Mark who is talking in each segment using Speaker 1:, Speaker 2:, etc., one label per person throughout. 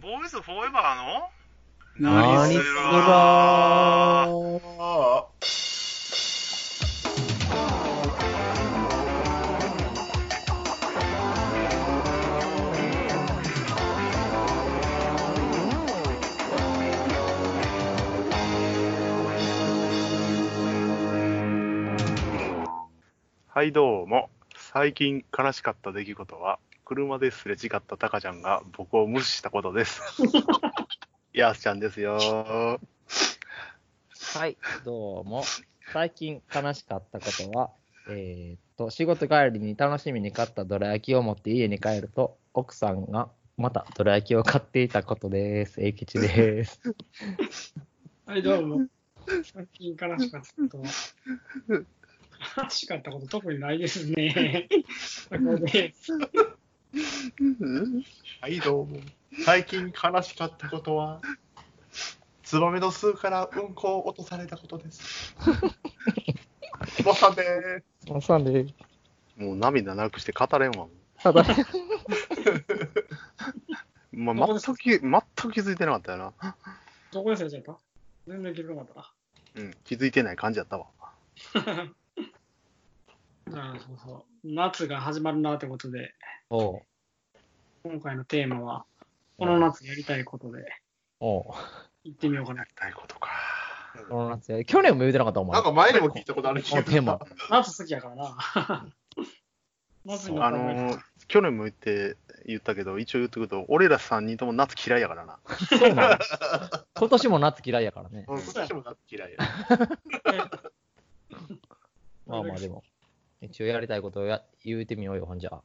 Speaker 1: ボーイズフォーエバーの
Speaker 2: 何するば
Speaker 1: ー
Speaker 2: ー
Speaker 3: はい、どうも。最近悲しかった出来事は、車ですれ違ったタカちゃんが僕を無視したこと です。やすちゃんですよ。
Speaker 4: はい、どうも。最近悲しかったことは、えーっと、仕事帰りに楽しみに買ったどら焼きを持って家に帰ると、奥さんがまたどら焼きを買っていたことです。英吉です。
Speaker 5: はい、どうも。最近悲しかったこと。悲しかったこと特にないですね。そこで、
Speaker 2: はい、どうも。最近悲しかったことは、ツバメの巣からうんこを落とされたこ とです。つばさんでーす。
Speaker 4: おさんで、
Speaker 3: もう涙なくして語れんわ。
Speaker 4: ただ、
Speaker 3: ま
Speaker 5: ここ
Speaker 3: あ、
Speaker 5: です
Speaker 3: 全く気、全く気づいてなかったよな。
Speaker 5: どこでされちゃった全然気づかなかっ
Speaker 3: うん、気づいてない感じやったわ。
Speaker 5: たな。ああ、そうそう。夏が始まるなってことで、
Speaker 4: おう、
Speaker 5: 今回のテーマは、この夏やりたいことで、
Speaker 4: おう、
Speaker 5: 行ってみようかな。
Speaker 3: たいことか。
Speaker 4: この夏や、去年も言うてなかった、お前。
Speaker 2: なんか前にも聞いたことある気が
Speaker 4: あテー マ。
Speaker 5: 夏好きやからな。 夏に
Speaker 3: あ
Speaker 5: なったら
Speaker 3: のー去年も言って、言ったけど、一応言っとくと、俺ら3人とも夏嫌いやからな。
Speaker 4: そうなの今年も夏嫌いやからね。
Speaker 2: うん、そっちもだって嫌いや。
Speaker 4: まあまあ、でも、一応やりたいことをや言うてみようよ、ほんじゃ。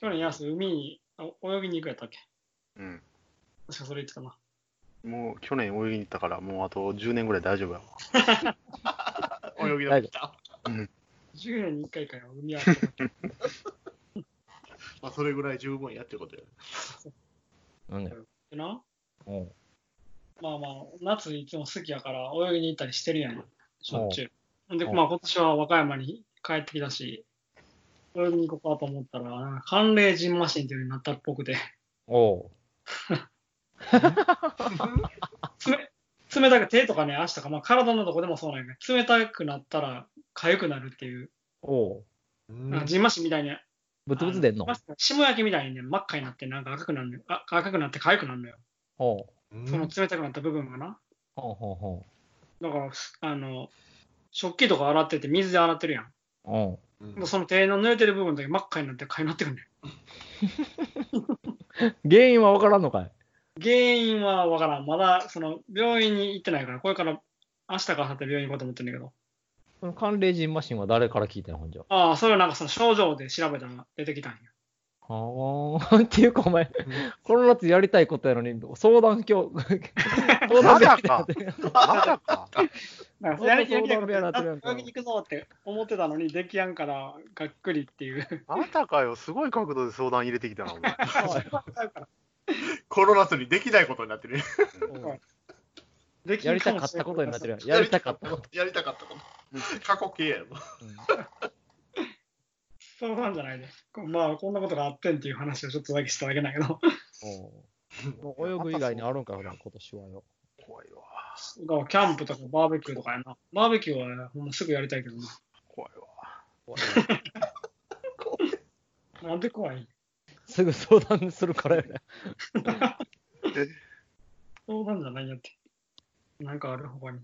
Speaker 5: 去年やす、海にあ泳ぎに行くやったっけ
Speaker 3: うん。
Speaker 5: 確かそれ言ってたな。
Speaker 3: もう去年泳ぎに行ったから、もうあと10年ぐらい大丈夫やわ。
Speaker 2: 泳ぎだった。
Speaker 5: 10年に1回かよ、海は。
Speaker 2: まあ、それぐらい十分やってことや。
Speaker 4: なんだよ。
Speaker 5: でな。
Speaker 4: おう
Speaker 5: まあまあ、夏いつも好きやから泳ぎに行ったりしてるやん、しょっちゅう。で、まあ今年は和歌山に帰ってきたし、泳ぎに行こうかと思ったら、なんか寒冷ジンマシンっていうのになったっぽくて、
Speaker 4: おう。
Speaker 5: つめ冷たく手とかね、足とか、まあ体のどこでもそうなんやけど、冷たくなったら痒くなるっていう、
Speaker 4: おう。
Speaker 5: なんかジンマシンみたいに、
Speaker 4: ぶつぶつ出んの
Speaker 5: あ霜焼けみたいにね、真っ赤になって、なんか赤くなるのよあ赤くなって痒くなるのよ。
Speaker 4: おう。
Speaker 5: その冷たくなった部分がな。
Speaker 4: ほうほうほ
Speaker 5: だから、あの、食器とか洗ってて水で洗ってるやん。
Speaker 4: う。おう。
Speaker 2: うん
Speaker 5: もうその手の濡れてる部分だけ真っ赤になって、かになってくるねん。
Speaker 4: 原因は分からんのかい
Speaker 5: 原因はわからん。まだ、その、病院に行ってないから、これから、明日か明後日病院行こうと思ってんだけど。
Speaker 4: その寒冷ジンマシンは誰から聞いたのほんじゃ。
Speaker 5: ああ、それはなんかその症状で調べたら出てきたんや。
Speaker 4: はあー。って いうかお前、この夏やりたいことやのに、相談 今日、相談部屋みたいになってる
Speaker 3: まだか。
Speaker 5: なんか
Speaker 4: 相
Speaker 5: や
Speaker 4: 談
Speaker 5: り
Speaker 4: 相
Speaker 5: やりたい
Speaker 4: 談
Speaker 5: こ
Speaker 4: 部
Speaker 5: と
Speaker 4: 屋になっ
Speaker 5: やってた
Speaker 4: るやんか
Speaker 5: 病院に行くぞって思ってたのに、できやんから、がっくりっていう。
Speaker 3: あなたかよ、すごい角度で相談入れてきたな、お前。
Speaker 2: コロナスにできないことになってる。
Speaker 5: でき
Speaker 4: や
Speaker 5: ん
Speaker 4: りた
Speaker 5: も
Speaker 4: かっ
Speaker 5: しれ
Speaker 4: た
Speaker 5: ん
Speaker 4: ことになってるやん。やりたかった。
Speaker 2: こと。やりたかったこと。過去形やろ。
Speaker 5: そうなんじゃないで。こまあ、こんなことがあってんっていう話をちょっとだけしただけなんやけど。
Speaker 4: おう泳ぐ以外にあるんか、ほら今年はよ。
Speaker 3: 怖いわ。
Speaker 5: だからキャンプとかバーベキューとかやな。バーベキューは、ほんますぐやりたいけどな。
Speaker 3: 怖いわ。
Speaker 5: なんで怖い
Speaker 4: すぐ相談するからよね。
Speaker 5: そうなんじゃないんやって。なんかある他に。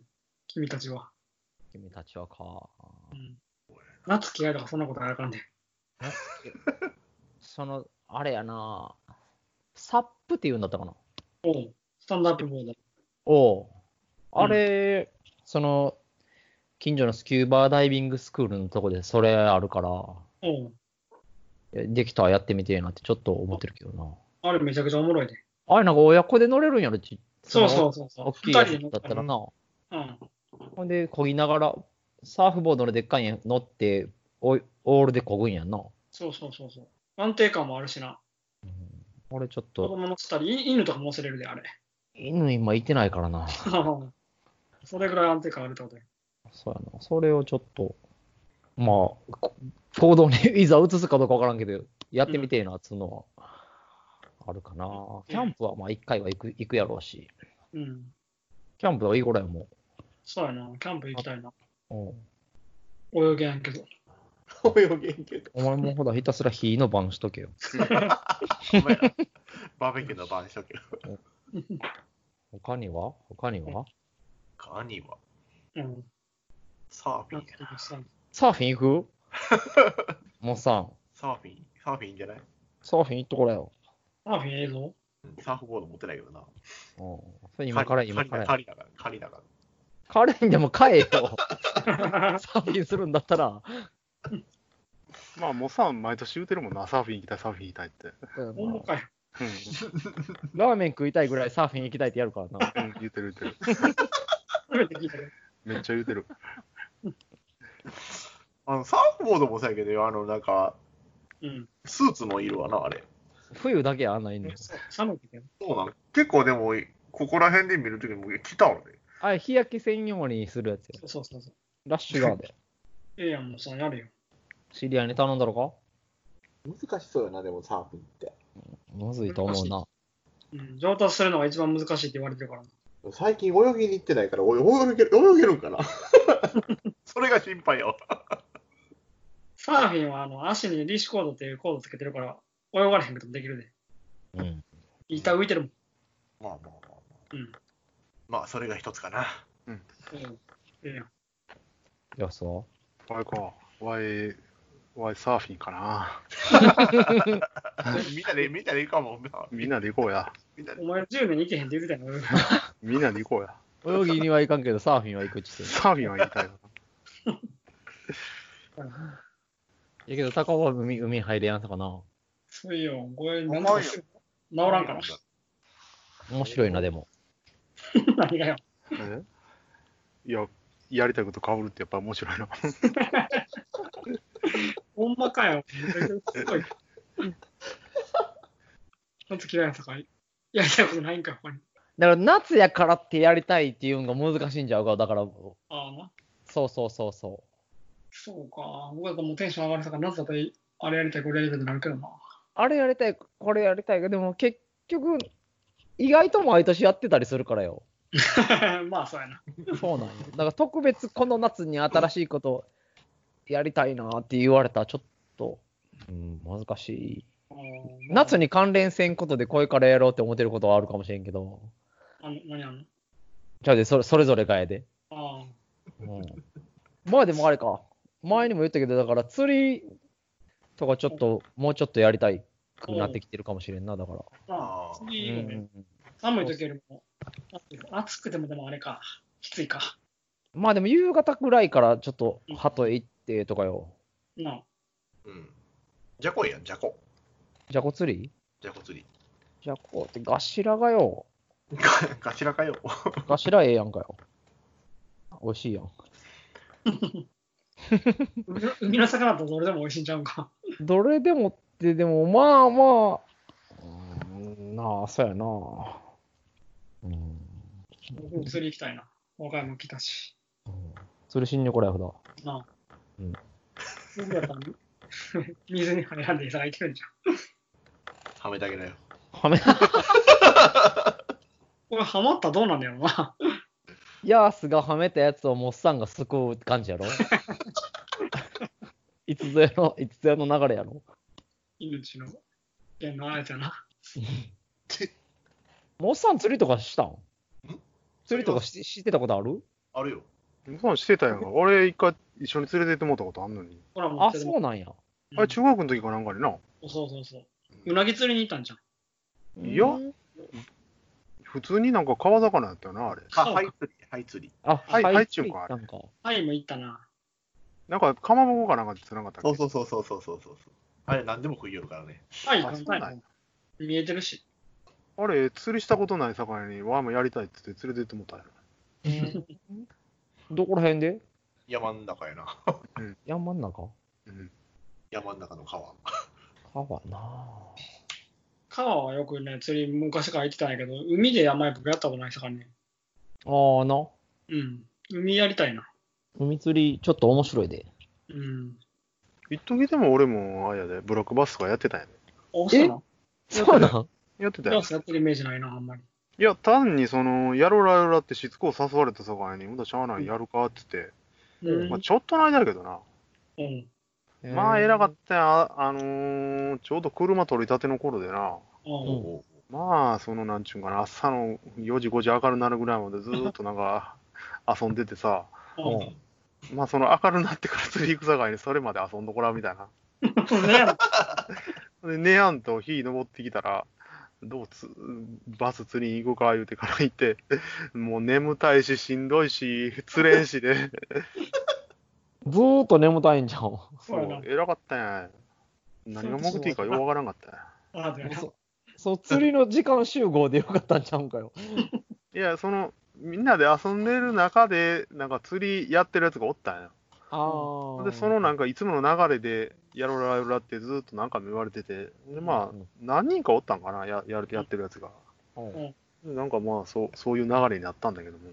Speaker 5: 君たちは。
Speaker 4: 君たちはか。
Speaker 5: うん。夏嫌いとかそんなことあらかんねん。
Speaker 4: その、あれやな。サップって言うんだったかな。
Speaker 5: おうスタンドアップボード。
Speaker 4: おうあれ、その、近所のスキューバーダイビングスクールのとこでそれあるから、
Speaker 5: おう
Speaker 4: えできたらやってみてえなってちょっと思ってるけどな。
Speaker 5: あれめちゃくちゃおもろいで。
Speaker 4: あれなんか親子で乗れるんやろち
Speaker 5: そう
Speaker 4: の
Speaker 5: そうそうそう。
Speaker 4: 大き
Speaker 5: 二
Speaker 4: いや
Speaker 5: 人で乗
Speaker 4: つだったらな。
Speaker 5: ら。うん。
Speaker 4: ほんで、漕ぎながら、サーフボードのでっかいや乗って、おいオールで漕ぐんやんな。
Speaker 5: そうそうそうそう。安定感もあるしな。
Speaker 4: あれちょっ
Speaker 5: 子
Speaker 4: と、
Speaker 5: 供乗せたり、い犬とかも乗せれるで、あれ。
Speaker 4: 犬今いてないからな。
Speaker 5: それぐらい安定感あるってことや。
Speaker 4: そうやな。それをちょっと、まあ、 こ行動にいざ移すかどうかわからんけど、やってみてえな、つうのは、あるかな。キャンプはまあ一回は行く行くやろうし、
Speaker 5: うん。
Speaker 4: キャンプはいい頃やも
Speaker 5: そうやな。キャンプ行きたいな。
Speaker 4: ん。うん
Speaker 5: 泳げんけど。
Speaker 2: 泳げんけど。
Speaker 4: お前もほらひたすら火の番しとけよ。
Speaker 2: ご めんなバーベキューの晩しとけど。
Speaker 4: 他には他には
Speaker 2: カニは
Speaker 5: うん。
Speaker 2: サーフィ
Speaker 5: なん
Speaker 2: ン
Speaker 5: かさ、
Speaker 4: サーフィン行く もうさ、
Speaker 2: サーフィンサーフィンじゃない
Speaker 4: サーフィン行っとこらよ。
Speaker 5: サーフィンええぞ。
Speaker 2: うんサーフボード持ってないけどな。
Speaker 4: うん。それ今から今からや。
Speaker 2: 借りだから、借りだから。
Speaker 4: 彼にでも買えよ。 サーフィンするんだったら。
Speaker 3: まあ、モさん、毎年言うてるもんな、サーフィン行きたい、サーフィン行きたいって。
Speaker 4: うん
Speaker 5: ほんまかよ。
Speaker 4: ラーメン食いたいぐらいサーフィン行きたいってやるから な。
Speaker 3: うん、うん、言うてる言うてる。
Speaker 5: 初めて聞いたけど。
Speaker 3: めっちゃ言うてる。
Speaker 2: あの、サーフボードもそうやけど、あの、なんか、
Speaker 5: うん。
Speaker 2: スーツもいるわな、あれ。
Speaker 4: 冬だけやあんないの。
Speaker 5: そう寒いけど。
Speaker 2: そうなん結構でも、ここら辺で見るときも来たのね。
Speaker 4: あれ、日焼け専用にするやつや。
Speaker 5: そうそうそう。
Speaker 4: ラッシュガーで。
Speaker 5: ええやん、もうさ、やるよ。
Speaker 4: 知り合いに頼んだろか
Speaker 2: 難しそうやな、でもサーフィンって。
Speaker 4: まずいと思うな。
Speaker 5: うん。上達するのが一番難しいって言われてるからな。
Speaker 2: 最近泳ぎに行ってないから、お泳げる、泳げるんかなそれが心配よ。
Speaker 5: サーフィンはあの足にリッシュコードっていうコードつけてるから、泳がれへんけどできるで。
Speaker 4: うん。
Speaker 5: 板浮いてるもん。
Speaker 2: まあまあまあまあ。
Speaker 5: うん
Speaker 2: まあ、それが一つかな。
Speaker 5: うん。ええやん。
Speaker 4: いや、そ
Speaker 3: わいか、わい、わいサーフィンかな。
Speaker 2: みんなで、みんなで行くかも。
Speaker 3: みんなで行こうや。
Speaker 2: みんなで
Speaker 5: お前10年行けへんって言うてたよ。
Speaker 3: みんなで行こうや。
Speaker 4: う。泳ぎには行かんけど、サーフィンは行くっちゅって。
Speaker 3: サーフィンは行きたいよ
Speaker 4: いやけど、高尾は海、海入れやんさかな。
Speaker 5: そういよ。これ、なんとかする治らんから。
Speaker 4: 面白いな、でも。
Speaker 5: 何がよ。
Speaker 3: な。え いや、やりたいこと被るってやっぱ面白いな。
Speaker 5: ほんまかよ。すごい。 夏嫌いなさかい。やりたいことないんか、他に。
Speaker 4: だから、夏やからってやりたいっていうのが難しいんじゃうか。だから、
Speaker 5: ああな。
Speaker 4: そうそうそうそ
Speaker 5: そうか。僕はもうテンション上がるさか、夏だったらあれやりたい、これやりたいってなるけどな。
Speaker 4: う。あれやりたい、これやりたいが、でも結局、意外と毎年やってたりするからよ。
Speaker 5: まあ、そうやな。
Speaker 4: そうなんよ。だから特別この夏に新しいことやりたいなって言われたらちょっと、うん、難しい。
Speaker 5: うん
Speaker 4: 夏に関連せんことでこれからやろうって思ってることはあるかもしれんけど、
Speaker 5: あの何あんの
Speaker 4: ちゃうで、それそれぞれがやで。
Speaker 5: あ
Speaker 4: うん、まあでもあれか、前にも言ったけど、だから釣りとかちょっと、もうちょっとやりたいくなってきてるかもしれんな、だから。
Speaker 5: あ。ま
Speaker 2: あ
Speaker 5: あ、
Speaker 2: あ
Speaker 5: 次いいよね。
Speaker 4: うん
Speaker 5: 寒い時よりも、暑くてもでもあれか。きついか。
Speaker 4: まあでも夕方ぐらいからちょっと鳩へ行ってとかよ。
Speaker 5: なあ。
Speaker 2: うん。じゃこいやん、じゃこ。
Speaker 4: じゃこ釣り
Speaker 2: じゃこ釣り。
Speaker 4: じゃこってガシラがよ。
Speaker 2: ガチラかよ。
Speaker 4: ガシラええやんかよ。美味しいやん。
Speaker 5: 海の海の魚だとどれでも美味しいんちゃうんか。
Speaker 4: どれでもって、でもまあまあ、うん、なあ、そうやなうん。
Speaker 5: 僕も釣り行きたいな。和歌山来たし。
Speaker 4: それしんにこれやふだ。
Speaker 5: なあ。
Speaker 4: うん。
Speaker 5: 僕やったら水に入らんで餌がいけるんじゃん。
Speaker 2: はめてあげなよ。
Speaker 4: はめ、
Speaker 5: これハマったらどうなんだよな。
Speaker 4: ヤースがはめたやつをモッサンがすくう感じやろいつぞやの、いつぞやの流れやろ
Speaker 5: 命の源のあやつやな。
Speaker 4: モッサン釣りとかしたん釣りとかししてたことある
Speaker 2: あるよ。
Speaker 3: そうしてたやんか。俺、一回一緒に連れて行ってもらったことあんのに。
Speaker 5: ほらも
Speaker 4: あ、
Speaker 5: う
Speaker 4: そうなんや。
Speaker 3: あれ、中学の時かなんかにな。
Speaker 5: うんそうそうそう。うなぎ釣りに行ったんじゃん。
Speaker 3: いや
Speaker 4: うん
Speaker 3: 普通になんか川魚やったよな、あれ。
Speaker 2: は、はい釣り、はい釣り。
Speaker 4: あ、
Speaker 3: はい
Speaker 4: はい、
Speaker 3: は
Speaker 4: はいい、
Speaker 3: ちゅうんかあれ
Speaker 4: なんか。
Speaker 5: タイも行ったな。
Speaker 3: なんか、かまぼこかなんかでつながったっけ
Speaker 2: そうそうそうそうそうそうそう。あれ、何でも食いよるからね。
Speaker 5: タイ
Speaker 3: あ
Speaker 5: か
Speaker 3: そう
Speaker 5: タ
Speaker 3: なんや
Speaker 5: イも見えてるし。
Speaker 3: あれ、釣りしたことない魚に、わーもやりたいって言って連れて行ってもらっ
Speaker 4: どこら辺で
Speaker 2: 山ん中やな。
Speaker 4: 山ん中
Speaker 3: たやん。うん。
Speaker 2: 山ん中の川。
Speaker 4: 川なあ
Speaker 5: 川はよくね、釣り昔から行ってたんやけど、海で山焼くやったことないさからね。
Speaker 4: ああな。
Speaker 5: うん。海やりたいな。
Speaker 4: 海釣り、ちょっと面白いで。
Speaker 5: うん。
Speaker 3: 一時でも俺も、あれやで、ブラックバスとかやってたんやで。
Speaker 5: あ、そうなの
Speaker 4: そうなん
Speaker 3: やってた
Speaker 5: クラ
Speaker 3: よ。
Speaker 5: スやってるイメージないな、あんまり。
Speaker 3: いや、単にその、やろらやろらってしつこを誘われたさかいに、まだしゃあない、やるかって言って、
Speaker 5: うん。
Speaker 3: まあ、ちょっとの間やけどな。
Speaker 5: うん。
Speaker 3: まあ、偉か
Speaker 4: た
Speaker 3: ったよ。あ、あのーちょうど車取り立ての頃でな。
Speaker 5: うん
Speaker 2: おう
Speaker 3: まあ、その、なんちゅうんかな、朝の4時、5時明るなるぐらいまでずーっとなんか、 遊んでてさ、
Speaker 5: うん。
Speaker 3: まあ、その明るなってから釣り行くさかいに、それまで遊んどこら、みたいな。
Speaker 5: ねえな
Speaker 3: で、寝やんと火登ってきたら、どうつ、バス釣りに行こうか言うてから行って、もう眠たいし、しんどいし、釣れんしで、
Speaker 1: ずーっと眠たいんじゃん。
Speaker 5: そ
Speaker 3: そう
Speaker 5: やな
Speaker 3: う、。偉かったやん。何が目的かよくわからんかったや
Speaker 5: あだよな
Speaker 1: そそう、釣りの時間集合でよかったんちゃうんかよ。
Speaker 3: ん。いや、その、みんなで遊んでる中で、なんか釣りやってるやつがおったんや。
Speaker 1: ああ。
Speaker 3: で、そのなんかいつもの流れで、やろらやろらってずっとなんか言われてて、で、まあ
Speaker 1: う、ん
Speaker 3: 何人かおったんかな、ややるやってるやつが。
Speaker 1: うん
Speaker 3: でなんかまあ、そう、そういう流れになったんだけども。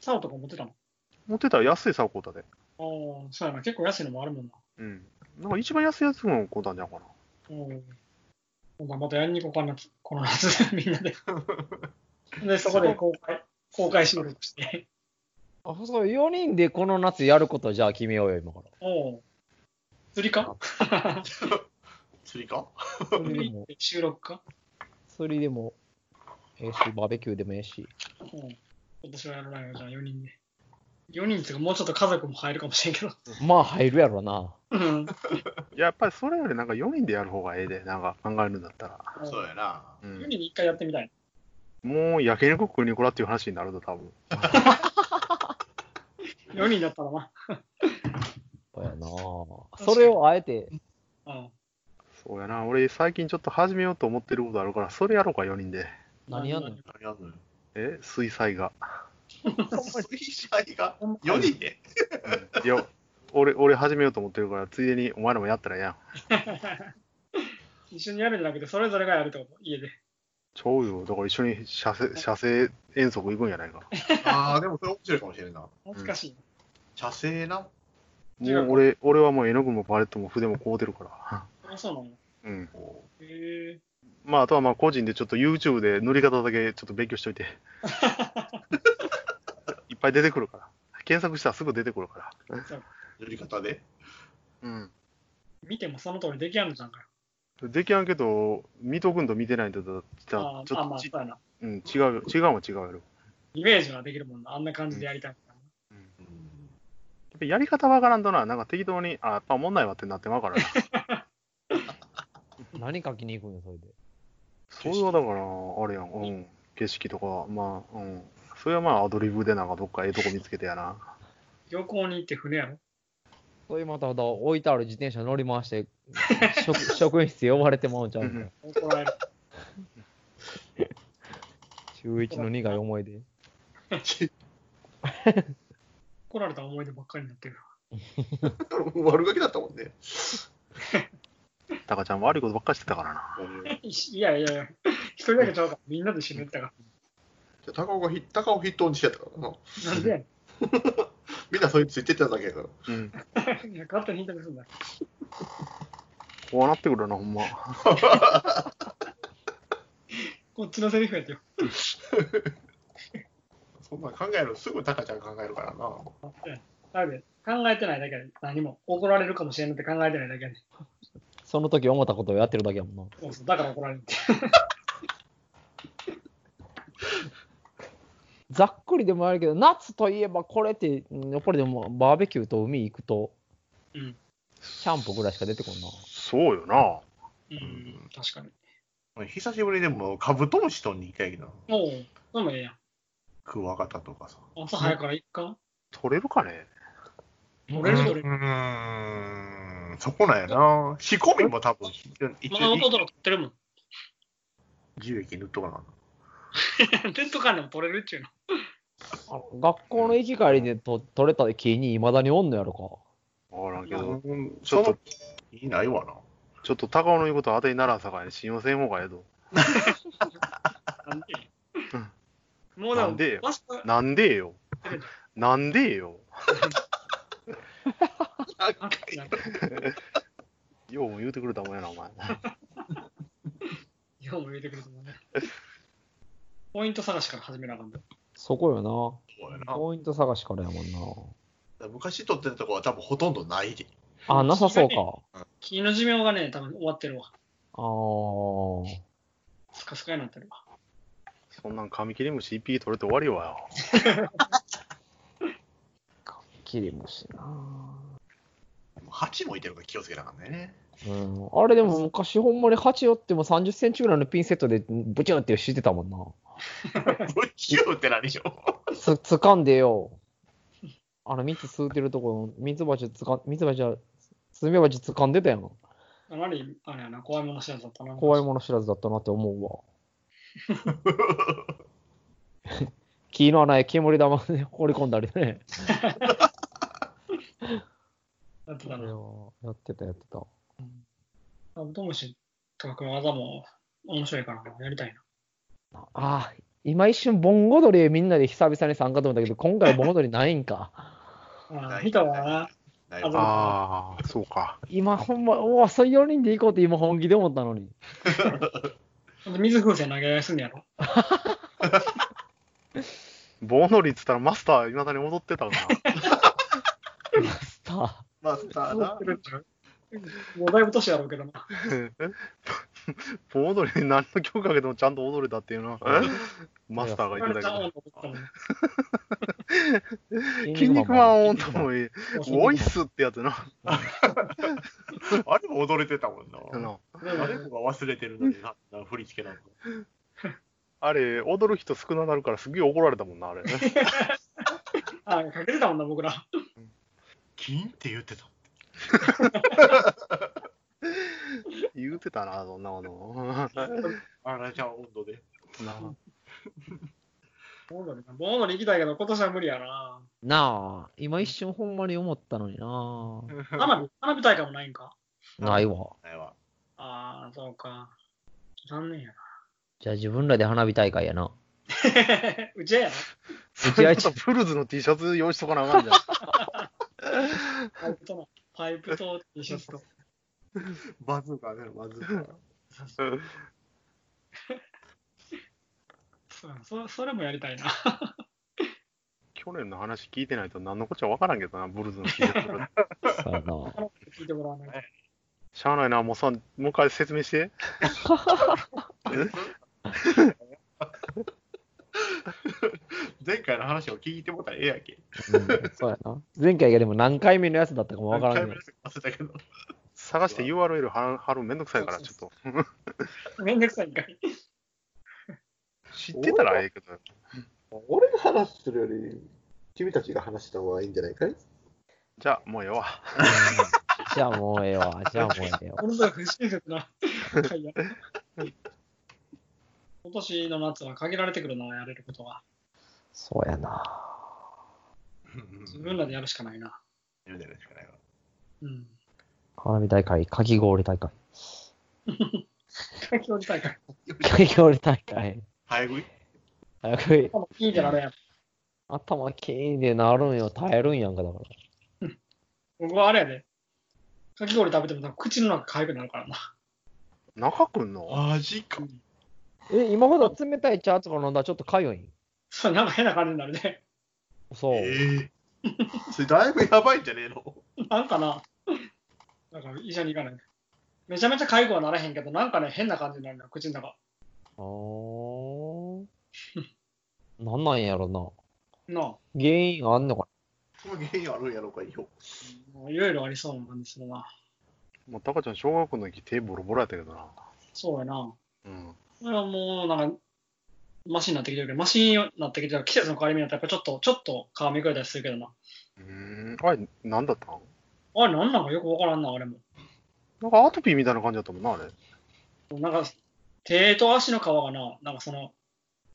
Speaker 5: サオとか持ってたもん。
Speaker 3: 持ってたら安いサーコータで。
Speaker 5: ああ、そうやな。結構安いのもあるもんな。
Speaker 3: うん。なんか一番安いやつもこうたんじゃんかな。
Speaker 5: うん。ほんならまたやりに行こうかな、この夏、 みんなで。で、そこで公開、公開収録して。
Speaker 1: あ、そう、4人でこの夏やることじゃあ決めようよ、今から。
Speaker 5: おう釣りか
Speaker 2: 釣りか
Speaker 1: それ
Speaker 5: 釣
Speaker 1: で
Speaker 5: り
Speaker 1: も、
Speaker 5: 収録か
Speaker 1: それでも、ええし、バーベキューでもええし。
Speaker 5: うん。今年はやらないよ、じゃあ4人で。4人っていうか、もうちょっと家族も入るかもしれんけど。
Speaker 1: まあ、入るやろな。
Speaker 5: うん。
Speaker 3: いややっぱりそれよりなんか4人でやる方がええで、なんか考えるんだったら。
Speaker 2: そうやな。
Speaker 3: う
Speaker 5: 4
Speaker 3: ん
Speaker 5: 人で1回やってみたい。
Speaker 3: もう焼肉食いにこらっていう話になると多分。
Speaker 5: 4人だったらな。
Speaker 1: そうやな。
Speaker 5: かに
Speaker 1: それをあえて、
Speaker 5: うん。
Speaker 3: そうやな、俺最近ちょっと始めようと思ってることあるから、それやろうか4人で。
Speaker 1: 何やんの
Speaker 2: 何やんのよ。
Speaker 3: え水彩画。
Speaker 2: 水彩画4人で
Speaker 3: いや、俺、俺始めようと思ってるから、ついでにお前らもやったらええやん。
Speaker 5: 一緒にやるんじゃなくて、それぞれがやるってこと、家で。
Speaker 3: ちょうよ、だから一緒に射精、射精遠足行くんやないか。
Speaker 2: ああ、でもそれ面白いかもしれんな。
Speaker 5: 難しい。
Speaker 2: 茶製な。
Speaker 3: もう俺、俺はもう絵の具もパレットも筆も買うてるから。
Speaker 5: あ、そうなの
Speaker 3: うん。
Speaker 2: こ
Speaker 5: へえ。
Speaker 3: まあ、あとはまあ個人でちょっと YouTube で塗り方だけちょっと勉強しとい て。いっぱい出てくるから。検索したらすぐ出てくるから。
Speaker 2: う塗り方で。
Speaker 3: うん。
Speaker 5: 見てもその通り出来上がるじゃんかよ。
Speaker 3: できやんけど、見とくんと見てないんとだったら
Speaker 5: あ、
Speaker 3: ち
Speaker 5: ーまあ
Speaker 3: ょ
Speaker 5: まあ、
Speaker 3: っ
Speaker 5: そ
Speaker 3: と
Speaker 5: うやな。
Speaker 3: うん、違うよ、違うも違うやろ。やっ
Speaker 5: イメージはできるもんな。あんな感じでやりたいからな。
Speaker 2: うん
Speaker 3: ぱやり方わからんとな、なんか適当に、あ、やっぱおもんないわってなってまうからな。
Speaker 1: 何書きに行くんよ、それで。
Speaker 3: それはだから、あれやん、うん。景色とか、まあ、うん。それはまあアドリブでなんかどっかええとこ見つけてやな。
Speaker 5: 漁港に行って船やろ。
Speaker 1: それまた、置いてある自転車乗り回 して、職職員室呼ばれてまうんちゃうんかよ。
Speaker 5: 怒られる。
Speaker 1: 中一の苦い思い出。
Speaker 5: 怒られた思い出ばっかりになってる。
Speaker 2: 悪ガキだったもんね。
Speaker 3: タカちゃん悪いことばっかりしてたからな。
Speaker 5: いやいやいや、一人だけちゃうから、みんなで死ぬってか
Speaker 2: じゃあ高尾がひ高尾筆頭にしてやったからな。
Speaker 5: ら。なんでやね
Speaker 2: みんなそれについてっただけやから。
Speaker 3: うん。
Speaker 5: んいや勝手にヒントすんだ。
Speaker 3: こうなってくるな、ほんま。
Speaker 5: こっちのセリフやってよ。
Speaker 2: そんなん考えるのすぐタカちゃん考えるからな。
Speaker 5: だって考えてないだけで、何も怒られるかもしれないって考えてないだけで。
Speaker 1: その時思ったことをやってるだけやもんな。
Speaker 5: そうそう、だから怒られるって。
Speaker 1: ざっくりでもあるけど、夏といえばこれって、うんやっぱりでもバーベキューと海行くと、
Speaker 5: うん
Speaker 1: シャンプーぐらいしか出てこんな。
Speaker 3: そうよな。
Speaker 5: うん、確かに。
Speaker 2: 久しぶりでもカブトムシとに行きたいけどな、
Speaker 5: おう、でもええや
Speaker 2: クワガタとかさ。
Speaker 5: ん。朝早いから行くか
Speaker 3: 取れるかね
Speaker 5: 取れる取れ
Speaker 2: う
Speaker 5: る。
Speaker 2: ーん、そこなんやな。仕込みも多分、一
Speaker 5: まだ
Speaker 2: 応、
Speaker 5: 弟が取ってるもん。
Speaker 2: 樹液塗っとかな。
Speaker 5: テントカンでも取れるっちゅうの。
Speaker 1: あの学校の行き帰りでと取れた木にいまだにおんのやろか。
Speaker 3: わからんけど、
Speaker 2: うん、
Speaker 3: ちょっと
Speaker 2: その、いいないわな。
Speaker 3: ちょっと高尾の言うことは当てにならんさかいに信用せん方がええぞ。
Speaker 5: なんで
Speaker 3: うん
Speaker 5: もうで
Speaker 3: な
Speaker 5: も
Speaker 3: んでよ
Speaker 5: バスタ
Speaker 3: なんでよ。なんでよ。
Speaker 5: あなんか
Speaker 3: よう言うてくれたもんやな、お前。
Speaker 5: 量も入れてくると思うね。ポイント探しから始めなあかんね
Speaker 4: そこよ
Speaker 2: そうや
Speaker 4: な。
Speaker 2: な
Speaker 4: ポイント探しからやもんな。
Speaker 2: 昔撮ってたとこは多分ほとんどないで。
Speaker 4: あ、なさそうか。
Speaker 5: 木の寿命がね、多分終わってるわ。
Speaker 4: あー。
Speaker 5: スカスカになってるわ。
Speaker 3: そんなんカミキリムシ EP 取れて終わりよよ。
Speaker 4: 切り虫な。
Speaker 2: 蜂もいてるから気をつけなあかんね。
Speaker 4: うん、あれでも昔ほんまに蜂寄っても30センチぐらいのピンセットでブチュンってしてたもんな。
Speaker 2: 不器用って何よ。
Speaker 4: つ、掴んでよ。あの蜜吸うてるところ、蜜蜂つか、蜜蜂は、スズメバチ掴んでたやん。
Speaker 5: かなり、あれやな、怖いもの知らずだったな。
Speaker 4: 怖い
Speaker 5: も
Speaker 4: もの知らずだったなって思うわ。 木の穴へ煙玉で放り込んだりね。
Speaker 5: の。だっ
Speaker 4: あ
Speaker 5: てた
Speaker 4: れ
Speaker 5: な。
Speaker 4: はやってたやってた。
Speaker 5: カブトムシとかクワガタも面白いからやりたいな。
Speaker 4: ああ、今一瞬盆踊りみんなで久々に参加と思ったけど、今回盆踊りないんか。
Speaker 5: あ
Speaker 2: な
Speaker 5: あ、
Speaker 2: い
Speaker 5: 見たわな。
Speaker 2: ない
Speaker 5: あ
Speaker 3: ああ、そうか。
Speaker 4: 今ほんま、うわ、そう4人で行こうって今本気で思ったの に。
Speaker 5: 水風船投げ合いすんねやろ。
Speaker 3: ボノリっつったらマスター、いまだに踊ってたな。
Speaker 4: スター。
Speaker 2: マスター な。
Speaker 5: もうだいぶ年やろうけどな。
Speaker 3: ボノリに何の曲かけてもちゃんと踊れたっていうな。マスターが
Speaker 5: あ
Speaker 3: 言って
Speaker 5: れち
Speaker 3: た
Speaker 5: ゃ
Speaker 3: け
Speaker 5: う
Speaker 3: ど。
Speaker 5: と思ったもんね
Speaker 3: 筋肉マンオンと
Speaker 4: も
Speaker 3: もいい。
Speaker 5: もうそんな
Speaker 3: ボイスってやつな。
Speaker 2: あれも踊れてたもんな。
Speaker 3: あの
Speaker 2: あれもが忘れてるのにな、な振り付けなんか。
Speaker 3: あれ、踊る人少ななるからすげえ怒られたもんな、あ れ。
Speaker 5: あ、かけてたもんな、僕ら。
Speaker 2: 金って言ってた。
Speaker 3: 言うてたな、そんなもの。
Speaker 2: あらちゃん温度で。
Speaker 3: な
Speaker 5: ボードになボードに行きたいけど、今年は無理やな。
Speaker 4: なあ、今一瞬ほんまに思ったのにな。
Speaker 5: 花火、花火大会もないんか。
Speaker 4: ないわ。
Speaker 2: あれは。
Speaker 5: ああ、そうか。残念やな。
Speaker 4: じゃあ自分らで花火大会やな。
Speaker 5: うちやろ。
Speaker 3: それちょっとプルズの T シャツ用意しとかなあかんじゃん。
Speaker 5: パイプとの、パイプと T シャツと。
Speaker 2: バズーカね、バズーカ。
Speaker 5: そうやなそそれもやりたいな。
Speaker 3: 去年の話聞いてないと何のこっちゃ分からんけどな、ブルズの T シャツ。
Speaker 4: そうやな。
Speaker 5: 聞いてもらわないと。
Speaker 3: しゃあないな、もうさ、もう一回説明して。
Speaker 2: 前回の話を聞いてもらったらええやんけ。
Speaker 4: うんそうやな。前回がでも何回目のやつだったかもわからんけど。
Speaker 2: 忘れたけど。
Speaker 3: 探して URL 貼る貼るのめんどくさいから、ちょっと。
Speaker 5: めんどくさいんかい。
Speaker 3: 知ってたらええけど。
Speaker 6: 俺が話するより、君たちが話した方がいいんじゃないかい
Speaker 3: じゃあ、もうええわ。
Speaker 4: じゃあもうええわ。じゃあもうええわ。
Speaker 5: ものすごい不親切 な会や。今年の夏は限られてくるな、やれることは。
Speaker 4: そうやな。
Speaker 5: 自分らでやるしかないな。
Speaker 2: 言うてるしかないわ
Speaker 5: うん。
Speaker 4: 花火大会、かき氷 大会。
Speaker 5: 競技大会。
Speaker 4: かき氷大会。
Speaker 2: 早食い
Speaker 4: 早食い。
Speaker 5: いいじゃん、あれや。
Speaker 4: 頭キーンでなるんよ。耐えるんやんかだから。
Speaker 5: 僕はあれやで。かき氷食べても多分口の中かゆくなるからな。
Speaker 3: 中くんの
Speaker 2: マジか。
Speaker 4: え、今ほど冷たい茶とか飲んだらちょっとかゆいん。
Speaker 5: そう、なんか変な感じになるね。
Speaker 4: そう。
Speaker 2: ええ。それだいぶやばいんじゃねえの
Speaker 5: なんかな。なんか医者に行かない。めちゃめちゃ介護はならへんけど、なんかね、変な感じになるな、口の中。
Speaker 4: あー。なんなんやろな。
Speaker 5: なあ。
Speaker 4: 原因あんのか
Speaker 2: その原因あるんやろうか、よ。
Speaker 5: もういろいろありそうな感じするな。
Speaker 3: もうタカちゃん、小学校の時手ボロボロやったけどな。
Speaker 5: そうやな。
Speaker 3: うん。
Speaker 5: これはもう、なんか、マシになってきてるけど、マシになってきてる季節の変わり目だったら、やっぱちょっと、ちょっと皮めくれたりするけどな。
Speaker 3: うーん。あれ、なんだったん
Speaker 5: あれ、なんなんかよくわからんな、あれも。
Speaker 3: なんかアトピーみたいな感じだったもんな、あれ。
Speaker 5: なんか、手と足の皮がな、なんかその、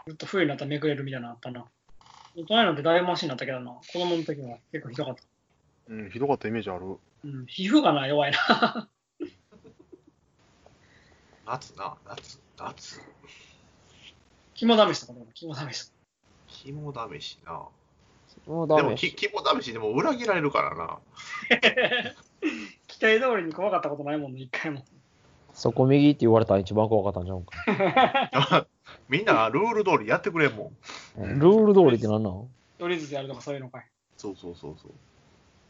Speaker 5: ずっと冬になったらめくれるみたいなのあったな。大人になってだいぶマシになったけどな、子供の時は結構ひどかった。
Speaker 3: うん、ひどかったイメージある。
Speaker 5: うん、皮膚がな、弱いな。
Speaker 2: 夏な、夏、夏。
Speaker 5: 肝試しとかでも、肝試しとか。
Speaker 2: 肝試しな。
Speaker 4: な。もう
Speaker 2: で
Speaker 4: ダ
Speaker 2: も、
Speaker 4: メ。
Speaker 2: き肝試しでも裏切られるからな。
Speaker 5: 期待通りに怖かったことないもんね、一回も。
Speaker 4: そこ右って言われたら一番怖かったんじゃうんか。
Speaker 2: みんなルール通りやってくれんもん。
Speaker 4: えルール通りってなんなん
Speaker 5: 一人ずつやるとかそういうのかい。
Speaker 2: そうそうそうそう。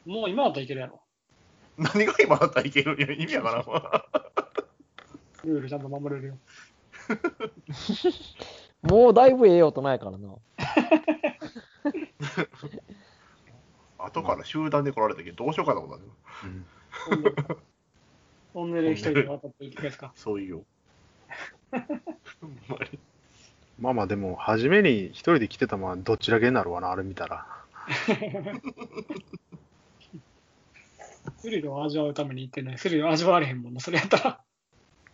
Speaker 5: もう今だったらいけるやろ。
Speaker 2: 何が今だったらいけるいや意味やからん。
Speaker 5: ルールちゃんと守れるよ。
Speaker 4: もうだいぶええ音ないからな。
Speaker 2: 後から集団で来られたけど、どうしようかと思ったね。
Speaker 5: トンネルトンネル一人で渡っていくやつか。
Speaker 2: そういうよ。ほんまに
Speaker 3: まあまあでも、初めに一人で来てたまあどっちだけになるわな、あれ見たら。
Speaker 5: スリルを味わうために行ってない。スリルを味わわれへんもんな、それやったら。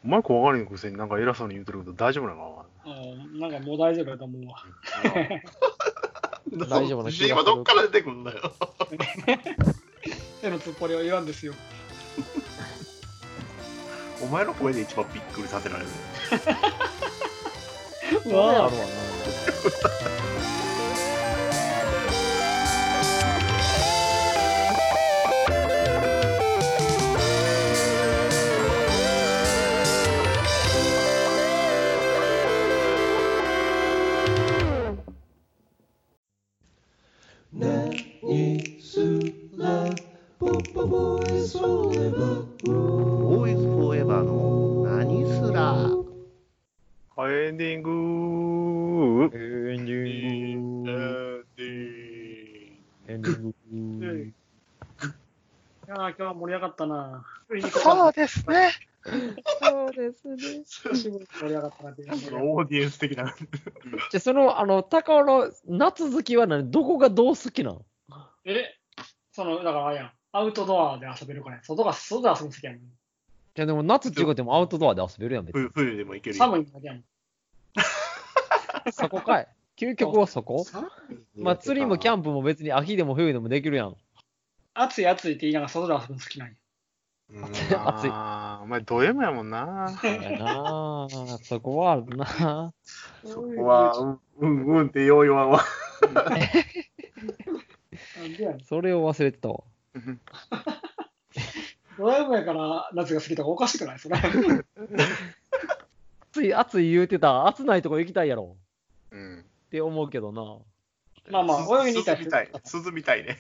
Speaker 3: お前怖がりのくせになんか偉そうに言うてるけど大丈夫なのか
Speaker 5: うんなんかもう大丈夫だと思うわ。
Speaker 4: 大丈夫な気がする
Speaker 2: 今どっから出てくるんだよ。
Speaker 5: 手の突っ張りは言わんですよ。
Speaker 2: お前の声で一番びっくりさせられる。
Speaker 5: うわ
Speaker 4: あるわな。
Speaker 7: ボーイズフォーエバーの何すら
Speaker 3: な。エンディングー
Speaker 4: エンデ
Speaker 2: え
Speaker 4: ィング。
Speaker 2: ーで
Speaker 4: エンディング。
Speaker 5: いやー今日は盛り上がったな。ついに
Speaker 3: そうですね。
Speaker 5: 久しぶりに盛り上がったなっていう感じで。
Speaker 2: オーディエンス的な。
Speaker 4: じゃあその、あの、高尾の夏好きは何どこがどう好きなん
Speaker 5: え、その、だからあれやん。アウトドアで遊べるから、外が、外で遊ぶ好きやもん。
Speaker 4: じゃあでも夏っていうことでもアウトドアで遊べるやん、別に。
Speaker 2: 冬冬でもいけるよ。
Speaker 5: 寒いだけやもん。
Speaker 4: そこかい。究極はそこまあ釣りもキャ
Speaker 8: ン
Speaker 4: ンプも別に秋でも冬でもできるやん。
Speaker 5: 暑い暑いって言いながら外で遊ぶの好きなんや。
Speaker 2: うん
Speaker 4: 暑い
Speaker 3: あーお前ド M やもん な。
Speaker 4: そうやなあそこはあるな あ
Speaker 2: そこは、うんうんうんってよう言わんわ。
Speaker 5: なんでやねん
Speaker 4: それを忘れてたわ。
Speaker 5: ドライブやから夏が好きとかおかし くないそれ。
Speaker 4: 暑い、暑い言うてた。暑ないとこ行きたいやろ。
Speaker 3: うん。
Speaker 4: って思うけどな。
Speaker 5: まあまあ、泳ぎに行った
Speaker 2: 涼みた
Speaker 5: ら
Speaker 2: い。涼みたいね。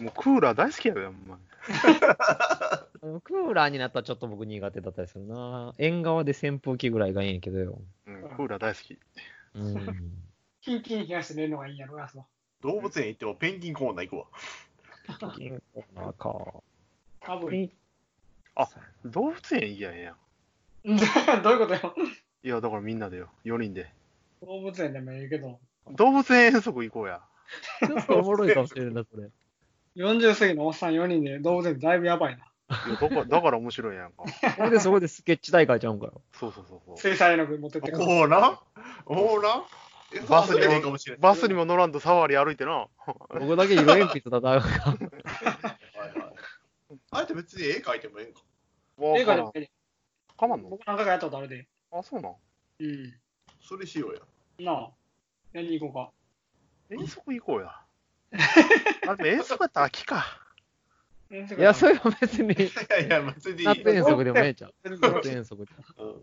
Speaker 3: もうクーラー大好きやで、お前。
Speaker 4: あのクーラーになったらちょっと僕苦手だったりするな。縁側で扇風機ぐらいがいいんやけどよ。
Speaker 3: うん、クーラー大好き。
Speaker 4: うん。
Speaker 5: キンキン冷やして寝るのがいいんやろな、その
Speaker 2: 動物園行ってもペンギンコーナー行くわ。
Speaker 4: 銀行なんか。
Speaker 5: 寒い。
Speaker 3: 動物園いいやんや。
Speaker 5: どういうことよ。
Speaker 3: いや、だからみんなでよ。4人で。
Speaker 5: 動物園でもいいけど、
Speaker 3: 動物園遠足行こうや。
Speaker 4: ちょっとおもろいかもしれんな、それ。
Speaker 5: 40過ぎのおっさん4人で動物園だいぶやばいな。
Speaker 3: いやだから だから面白いやんか。
Speaker 4: それでそこでスケッチ大会ちゃうんかよ。
Speaker 3: そうそうそうそ
Speaker 5: 水彩絵の具持ってってくる。
Speaker 2: おーらおーら
Speaker 3: バスに
Speaker 2: 忘れへんかもしれ
Speaker 3: う。
Speaker 2: ん。
Speaker 3: バスにも乗らんと触り歩いてな。
Speaker 4: 僕だけ色鉛筆だったら、
Speaker 2: はいはいあれって別に絵描いてもええんか。
Speaker 5: 映画で
Speaker 3: わ
Speaker 5: もいいで
Speaker 3: かまんの
Speaker 5: 僕なんかがやったことあるで。
Speaker 3: あ、そうなん。
Speaker 5: う
Speaker 2: それしよう
Speaker 5: ん。
Speaker 2: や。
Speaker 5: なあ。やりに行こうか。
Speaker 3: 遠足行こうや。 あ、でも遠足やったら秋か。
Speaker 5: い
Speaker 4: いや、それは別に、
Speaker 2: いやいや、別にいいよ。
Speaker 4: 夏遠足でもええじゃん。
Speaker 5: 全然
Speaker 4: 夏遠足で。
Speaker 2: うん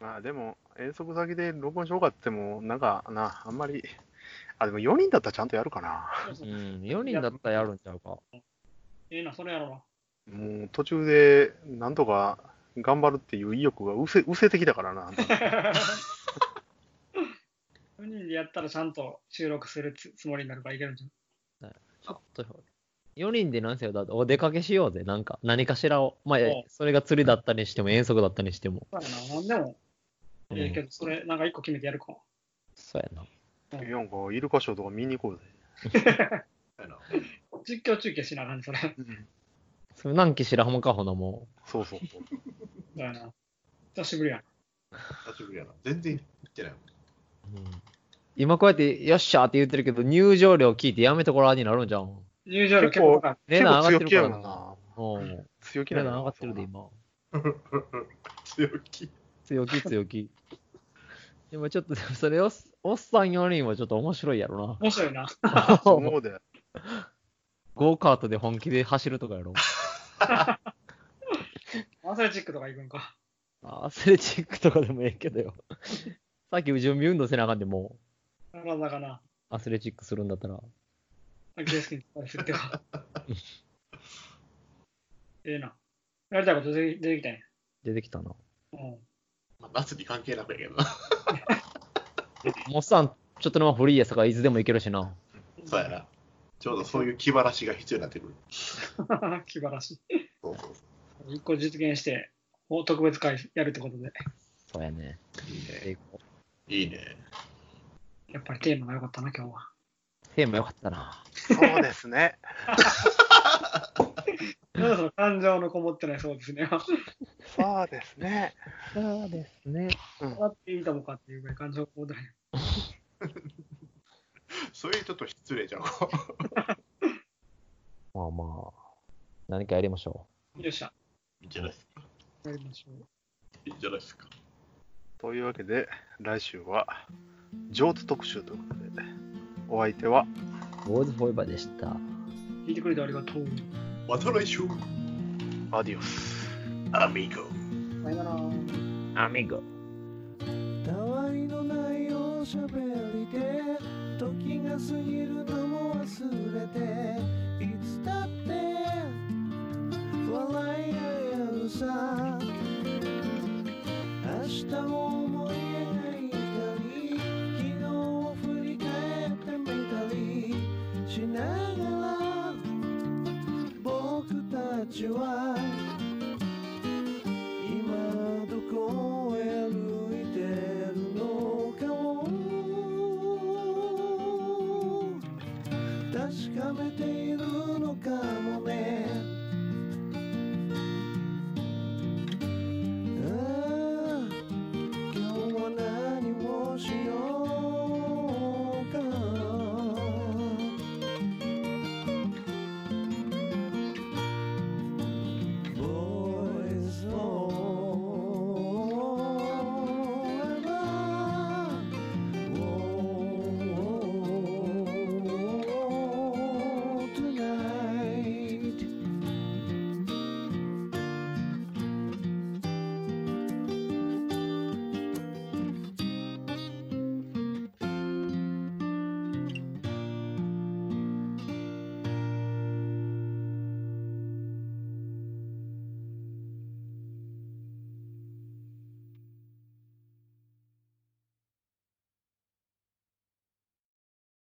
Speaker 3: まあでも、遠足先で録音しようかっても、なんかな、あんまり。あ、でも4人だったらちゃんとやるかな。
Speaker 4: うん、4人だったらやるんちゃうか。
Speaker 5: ええな、それやろ
Speaker 3: もう途中で、なんとか頑張るっていう意欲がうせ、うせてきたからな。
Speaker 5: う。4人でやったらちゃんと収録するつつもりになるからいけるんじ
Speaker 4: ちょっと4人でなんせよ、だってお出かけしようぜ、なんか、何かしらを。まあ
Speaker 5: うん、
Speaker 4: それが釣りだったにしても、遠足だったにしても。
Speaker 5: ゃん。そうやな、なんでも。
Speaker 4: うん
Speaker 5: ええけど、それ、なんか一個決めてやるか。
Speaker 4: そうやな。
Speaker 3: なんか、イルカショーとか見に行こうぜ。
Speaker 2: そうやな
Speaker 5: 実況中継しなあかんね、それ。
Speaker 4: それ、何期しらほんまか、ほなも
Speaker 3: そう そうそう。
Speaker 5: だよな。久しぶりやな。
Speaker 2: 久しぶりやな。全然行ってないもん。
Speaker 4: う。うん今こうやって、よっしゃーって言ってるけど、入場料聞いてやめとこらになるんじゃん。
Speaker 5: 入場料結構高い。
Speaker 4: 値段上がってるから
Speaker 3: 結構強気やもんな
Speaker 4: な。うん。
Speaker 3: 強気
Speaker 4: 値
Speaker 3: な
Speaker 4: 段
Speaker 3: んや
Speaker 4: 上がってるで、今。
Speaker 2: 強気。
Speaker 4: 強気強気。でもちょっと、でもそれおっ、おっさん4人はちょっと面白いやろ
Speaker 5: 面白いな。
Speaker 4: な。
Speaker 3: そうで。
Speaker 4: ゴーカートで本気で走るとかやろ。
Speaker 5: アスレチックとか行くんか。
Speaker 4: アスレチックとかでもええけどよ。 さっき準備運動せなあかんでも
Speaker 5: 体かな。
Speaker 4: う、アスレチックするんだったら。
Speaker 5: アキレス腱使い振って は。ええな。やりたいこと出て出てきたんや。
Speaker 4: 出てきたな。
Speaker 5: うん。
Speaker 2: まあ、夏に関係なくやけどな。
Speaker 4: モッサン、ちょっとのフリーやさかいつでも行けるしな。
Speaker 2: そうやな。ちょうどそういう気晴らしが必要になってくる。
Speaker 5: 気晴らしい。
Speaker 2: そうそうそ
Speaker 5: 一個実現して、お特別会やるってことで、
Speaker 4: そうやね。
Speaker 2: ういいね。
Speaker 4: で
Speaker 2: いいね。
Speaker 5: やっぱりテーマが良かったな、今日は。
Speaker 4: テーマよかったな。
Speaker 3: そうですね。
Speaker 5: そろそろ感情のこもってないそうですね。
Speaker 3: そうですね。
Speaker 4: そうですね。
Speaker 5: あっていいともかっていうぐらい感情こもってない。
Speaker 2: そういうちょっと失礼じゃん。
Speaker 4: まあまあ、何かやりましょ
Speaker 5: よっしゃ。
Speaker 2: いいんじゃないですか。
Speaker 5: やりましょう。
Speaker 2: いいんじゃないですか。
Speaker 3: というわけで、来週は、上手特集ということで、お相手は、
Speaker 4: う。ボーイズフォーエバーでした。
Speaker 5: 聞いてくれてありがとう。
Speaker 2: また来週、
Speaker 3: アディオス。
Speaker 2: アミーゴ。
Speaker 5: さよなら。
Speaker 4: アミゴ。
Speaker 9: たわいのないおしゃべりで時が過ぎるのも忘れていつだって笑い合えるさ明日を思い描いたり昨日を振り返ってみたりしながら僕たちは今どこへ歩いてるのかを確かめているのかもね